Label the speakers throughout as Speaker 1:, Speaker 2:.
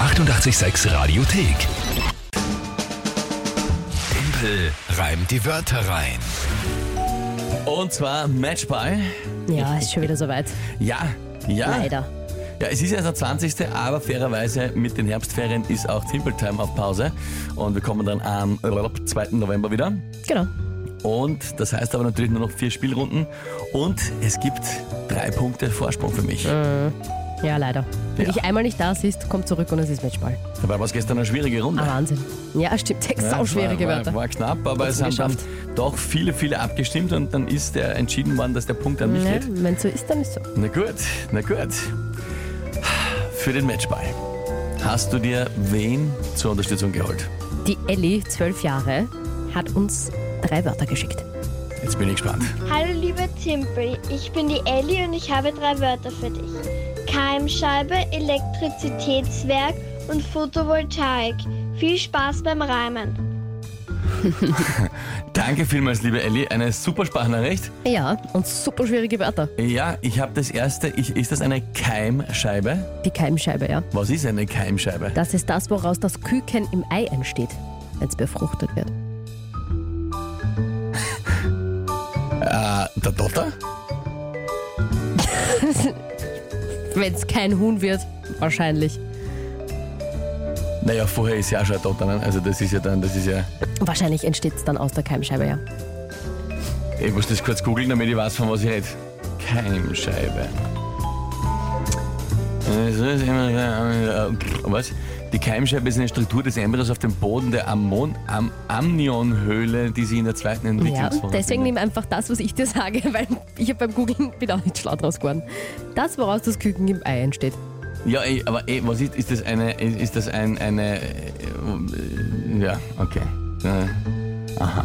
Speaker 1: 886 Radiothek. Tempel reimt die Wörter rein.
Speaker 2: Und zwar Matchball.
Speaker 3: Ja, ist schon wieder soweit.
Speaker 2: Ja, ja.
Speaker 3: Leider.
Speaker 2: Ja, es ist erst der 20. aber fairerweise mit den Herbstferien ist auch Timpeltime auf Pause. Und wir kommen dann am äh, 2. November wieder.
Speaker 3: Genau.
Speaker 2: Und das heißt aber natürlich nur noch vier Spielrunden. Und es gibt drei Punkte Vorsprung für mich.
Speaker 3: Äh. Ja, leider. Wenn
Speaker 2: Ja.
Speaker 3: dich einmal nicht da siehst, komm zurück und es ist Matchball.
Speaker 2: Dabei war es gestern eine schwierige Runde.
Speaker 3: Ah, Wahnsinn. Ja, stimmt. Text,
Speaker 2: Ja,
Speaker 3: sau schwierige
Speaker 2: war,
Speaker 3: Wörter.
Speaker 2: War, war knapp, aber es
Speaker 3: sie
Speaker 2: haben dann
Speaker 3: geschafft.
Speaker 2: doch viele, viele abgestimmt und dann ist der entschieden worden, dass der Punkt an mich
Speaker 3: Ja,
Speaker 2: geht.
Speaker 3: wenn so ist, dann ist so.
Speaker 2: Na gut, na gut. Für den Matchball. Hast du dir wen zur Unterstützung geholt?
Speaker 3: Die Ellie, zwölf Jahre, hat uns drei Wörter geschickt.
Speaker 2: Jetzt bin ich gespannt.
Speaker 4: Hallo liebe Timpel, ich bin die Ellie und ich habe drei Wörter für dich. Keimscheibe, Elektrizitätswerk und Photovoltaik. Viel Spaß beim Reimen.
Speaker 2: Danke vielmals, liebe Elli. Eine super Sprachnachricht.
Speaker 3: Ja, und super schwierige Wörter.
Speaker 2: Ja, ich habe das erste. Ich, ist das eine Keimscheibe?
Speaker 3: Die Keimscheibe, ja.
Speaker 2: Was ist eine Keimscheibe?
Speaker 3: Das ist das, woraus das Küken im Ei entsteht, wenn es befruchtet wird.
Speaker 2: äh, der Dotter?
Speaker 3: Wenn es kein Huhn wird, wahrscheinlich.
Speaker 2: Naja, vorher ist ja auch schon ein Dotter. Ne? Also, das ist ja dann, das ist ja.
Speaker 3: Wahrscheinlich entsteht es dann aus der Keimscheibe, ja.
Speaker 2: Ich muss das kurz googeln, damit ich weiß, von was ich rede. Keimscheibe. Es ist immer- äh, Was? Die Keimscheibe ist eine Struktur des Embryos auf dem Boden der Ammon Am Amnionhöhle, die sich in der zweiten
Speaker 3: Ja,
Speaker 2: Entwicklungsphase
Speaker 3: deswegen nimm einfach das, was ich dir sage, weil ich habe beim Googlen bin auch nicht schlau draus geworden. Das, woraus das Küken im Ei entsteht.
Speaker 2: Ja, ey, aber ey, was ist, ist das eine, ist das ein, eine, äh, äh, ja, okay. Äh, aha.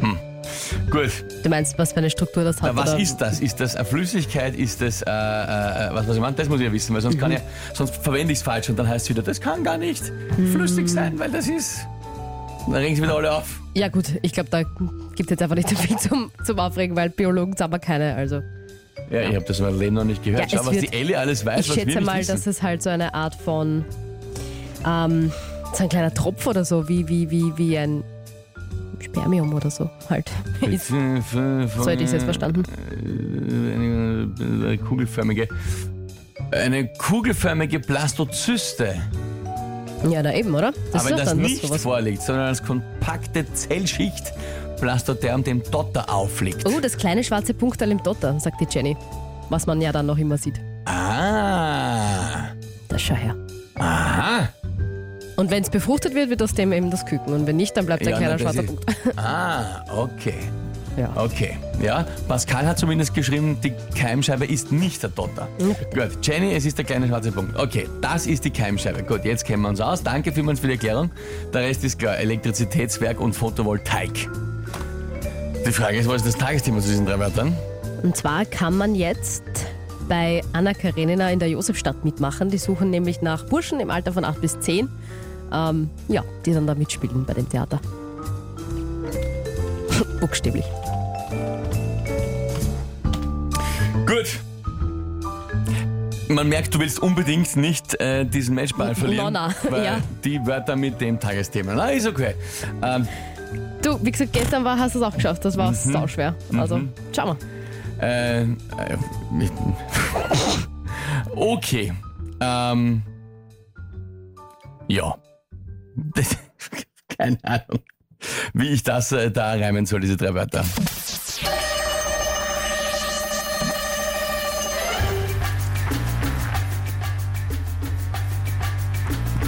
Speaker 2: Hm. Gut,
Speaker 3: Du meinst, was für eine Struktur das hat?
Speaker 2: Na, was
Speaker 3: oder?
Speaker 2: ist das? Ist das eine Flüssigkeit? Ist das, äh, äh, was, was ich meine? Das muss ich ja wissen, weil sonst, kann
Speaker 3: Mhm.
Speaker 2: ich, sonst verwende ich es falsch und dann heißt es wieder, das kann gar nicht
Speaker 3: Mhm.
Speaker 2: flüssig sein, weil das ist. Dann regen sie wieder alle auf.
Speaker 3: Ja gut, ich glaube, da gibt es jetzt einfach nicht so viel zum, zum Aufregen, weil Biologen sind wir keine. Also
Speaker 2: Ja, ich habe das in meinem Leben noch nicht gehört.
Speaker 3: Ja,
Speaker 2: Schau,
Speaker 3: es
Speaker 2: was
Speaker 3: wird-
Speaker 2: die Ellie alles weiß,
Speaker 3: ich
Speaker 2: was wir
Speaker 3: schätze
Speaker 2: nicht
Speaker 3: mal,
Speaker 2: wissen.
Speaker 3: dass es halt so eine Art von ähm, so ein kleiner Tropf oder so, wie, wie, wie, wie ein Spermium oder so halt. Ist, so hätte ich es
Speaker 2: Mm.
Speaker 3: jetzt verstanden.
Speaker 2: Eine, eine kugelförmige. Eine kugelförmige Blastozyste.
Speaker 3: Ja, da eben, oder?
Speaker 2: Aber
Speaker 3: Das ist
Speaker 2: wenn
Speaker 3: doch
Speaker 2: das
Speaker 3: dann was-
Speaker 2: nicht
Speaker 3: sowas.
Speaker 2: vorliegt, sondern als kompakte Zellschicht Blastoderm dem Dotter aufliegt.
Speaker 3: Oh, das kleine schwarze Punktal im Dotter, sagt die Jenny. Was man ja dann noch immer sieht.
Speaker 2: Ah,
Speaker 3: Das schau her.
Speaker 2: aha,
Speaker 3: Und wenn es befruchtet wird, wird aus dem eben das Küken. Und wenn nicht, dann bleibt ein
Speaker 2: Ja,
Speaker 3: kleiner
Speaker 2: na, das
Speaker 3: schwarzer
Speaker 2: ist-
Speaker 3: Punkt.
Speaker 2: ah, okay,
Speaker 3: Ja.
Speaker 2: okay. Ja, Pascal hat zumindest geschrieben, die Keimscheibe ist nicht der Dotter. Gut, Jenny, es ist der kleine schwarze Punkt. Okay, das ist die Keimscheibe. Gut, jetzt kennen wir uns aus. Danke vielmals für die Erklärung. Der Rest ist klar, Elektrizitätswerk und Photovoltaik. Die Frage ist, was ist das Tagesthema zu diesen drei Wörtern?
Speaker 3: Und zwar kann man jetzt bei Anna Karenina in der Josefstadt mitmachen. Die suchen nämlich nach Burschen im Alter von 8 bis 10. Ähm, ja, die dann da mitspielen bei dem Theater. Buchstäblich.
Speaker 2: Gut. Man merkt, du willst unbedingt nicht äh, diesen Matchball verlieren.
Speaker 3: na,
Speaker 2: weil
Speaker 3: ja.
Speaker 2: Die Wörter mit dem Tagesthema. Na, ist okay. Ähm,
Speaker 3: Du, wie gesagt, gestern war, hast du es auch geschafft. Das
Speaker 2: Mhm.
Speaker 3: war sauschwer. Also, schau mal.
Speaker 2: Äh, äh, mit- okay. Ähm, ja. Das, keine Ahnung, wie ich das äh, da reimen soll, diese drei Wörter.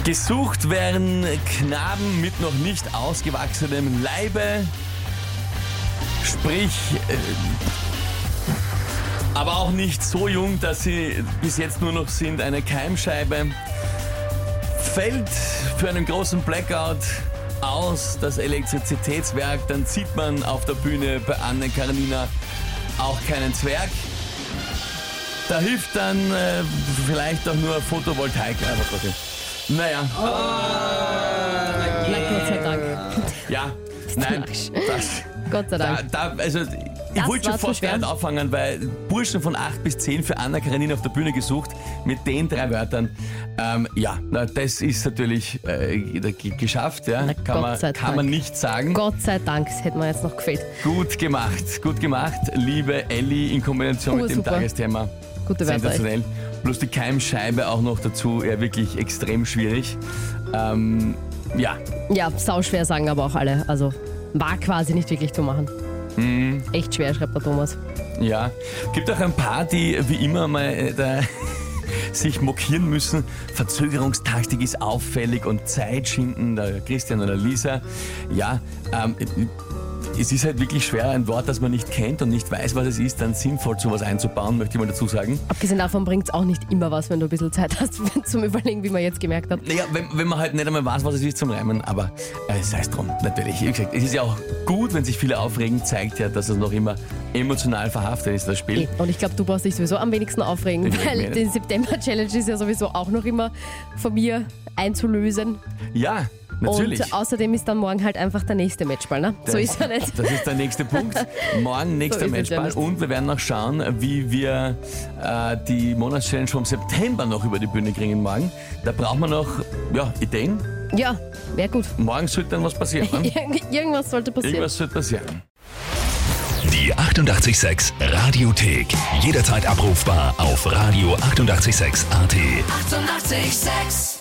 Speaker 2: Gesucht werden Knaben mit noch nicht ausgewachsenem Leibe, sprich äh, aber auch nicht so jung, dass sie bis jetzt nur noch sind. Eine Keimscheibe fällt für einen großen Blackout aus, das Elektrizitätswerk. Dann sieht man auf der Bühne bei Anne Karolina auch keinen Zwerg. Da hilft dann äh, vielleicht auch nur Photovoltaik. Ah, was war's denn? Naja,
Speaker 3: Na, Gott sei Dank.
Speaker 2: ja, nein,
Speaker 3: Arsch.
Speaker 2: das,
Speaker 3: Gott sei
Speaker 2: da,
Speaker 3: Dank.
Speaker 2: da, also Ich
Speaker 3: Das
Speaker 2: wollte schon
Speaker 3: war zu
Speaker 2: fast
Speaker 3: schwer.
Speaker 2: damit anfangen, weil Burschen von 8 bis 10 für Anna Karenina auf der Bühne gesucht mit den drei Wörtern. Ähm, ja, na, das ist natürlich äh, g- geschafft, ja.
Speaker 3: Na,
Speaker 2: kann,
Speaker 3: Gott
Speaker 2: man,
Speaker 3: sei
Speaker 2: kann
Speaker 3: Dank.
Speaker 2: man nicht sagen.
Speaker 3: Gott sei Dank, das hätte mir jetzt noch gefällt.
Speaker 2: Gut gemacht, gut gemacht, liebe Elli in Kombination mit dem
Speaker 3: Ursuper.
Speaker 2: Tagesthema.
Speaker 3: Gute Wörter. echt.
Speaker 2: Sensationell. Plus die Keimscheibe auch noch dazu, ja wirklich extrem schwierig. Ähm, ja,
Speaker 3: Ja, sauschwer sagen aber auch alle. Also war quasi nicht wirklich zu machen.
Speaker 2: Mhm.
Speaker 3: Echt schwer, schreibt der Thomas.
Speaker 2: Ja, gibt auch ein paar, die wie immer mal äh, da sich mokieren müssen. Verzögerungstaktik ist auffällig und Zeit schinden, der Christian oder Lisa. Ja, ähm, es ist halt wirklich schwer, ein Wort, das man nicht kennt und nicht weiß, was es ist, dann sinnvoll sowas einzubauen, möchte ich mal dazu sagen.
Speaker 3: Abgesehen davon bringt es auch nicht immer was, wenn du ein bisschen Zeit hast zum Überlegen, wie man jetzt gemerkt hat.
Speaker 2: Naja, wenn, wenn man halt nicht einmal weiß, was es ist zum Reimen, aber äh, sei es drum, natürlich. Wie gesagt, es ist ja auch gut, wenn sich viele aufregen, zeigt ja, dass es noch immer emotional verhaftet ist, das Spiel.
Speaker 3: Eh, Und ich glaube, du brauchst dich sowieso am wenigsten aufregen,
Speaker 2: Ich denk mir
Speaker 3: weil
Speaker 2: nicht.
Speaker 3: die September-Challenge ist ja sowieso auch noch immer von mir einzulösen.
Speaker 2: Ja, natürlich.
Speaker 3: Und außerdem ist dann morgen halt einfach der nächste Matchball, ne? so ist ja nicht.
Speaker 2: Das ist der nächste Punkt. Morgen nächster
Speaker 3: ist es ja
Speaker 2: Matchball.
Speaker 3: nicht.
Speaker 2: und wir werden noch schauen, wie wir äh, die Monatschallenge vom September noch über die Bühne kriegen morgen. Da brauchen wir noch ja, Ideen.
Speaker 3: Ja, wäre gut.
Speaker 2: Morgen sollte dann was passieren. Ne?
Speaker 3: Irgend- Irgendwas sollte passieren.
Speaker 2: Irgendwas sollte passieren.
Speaker 1: Die 886 Radiothek. Jederzeit abrufbar auf radio886.at. 886!
Speaker 5: 886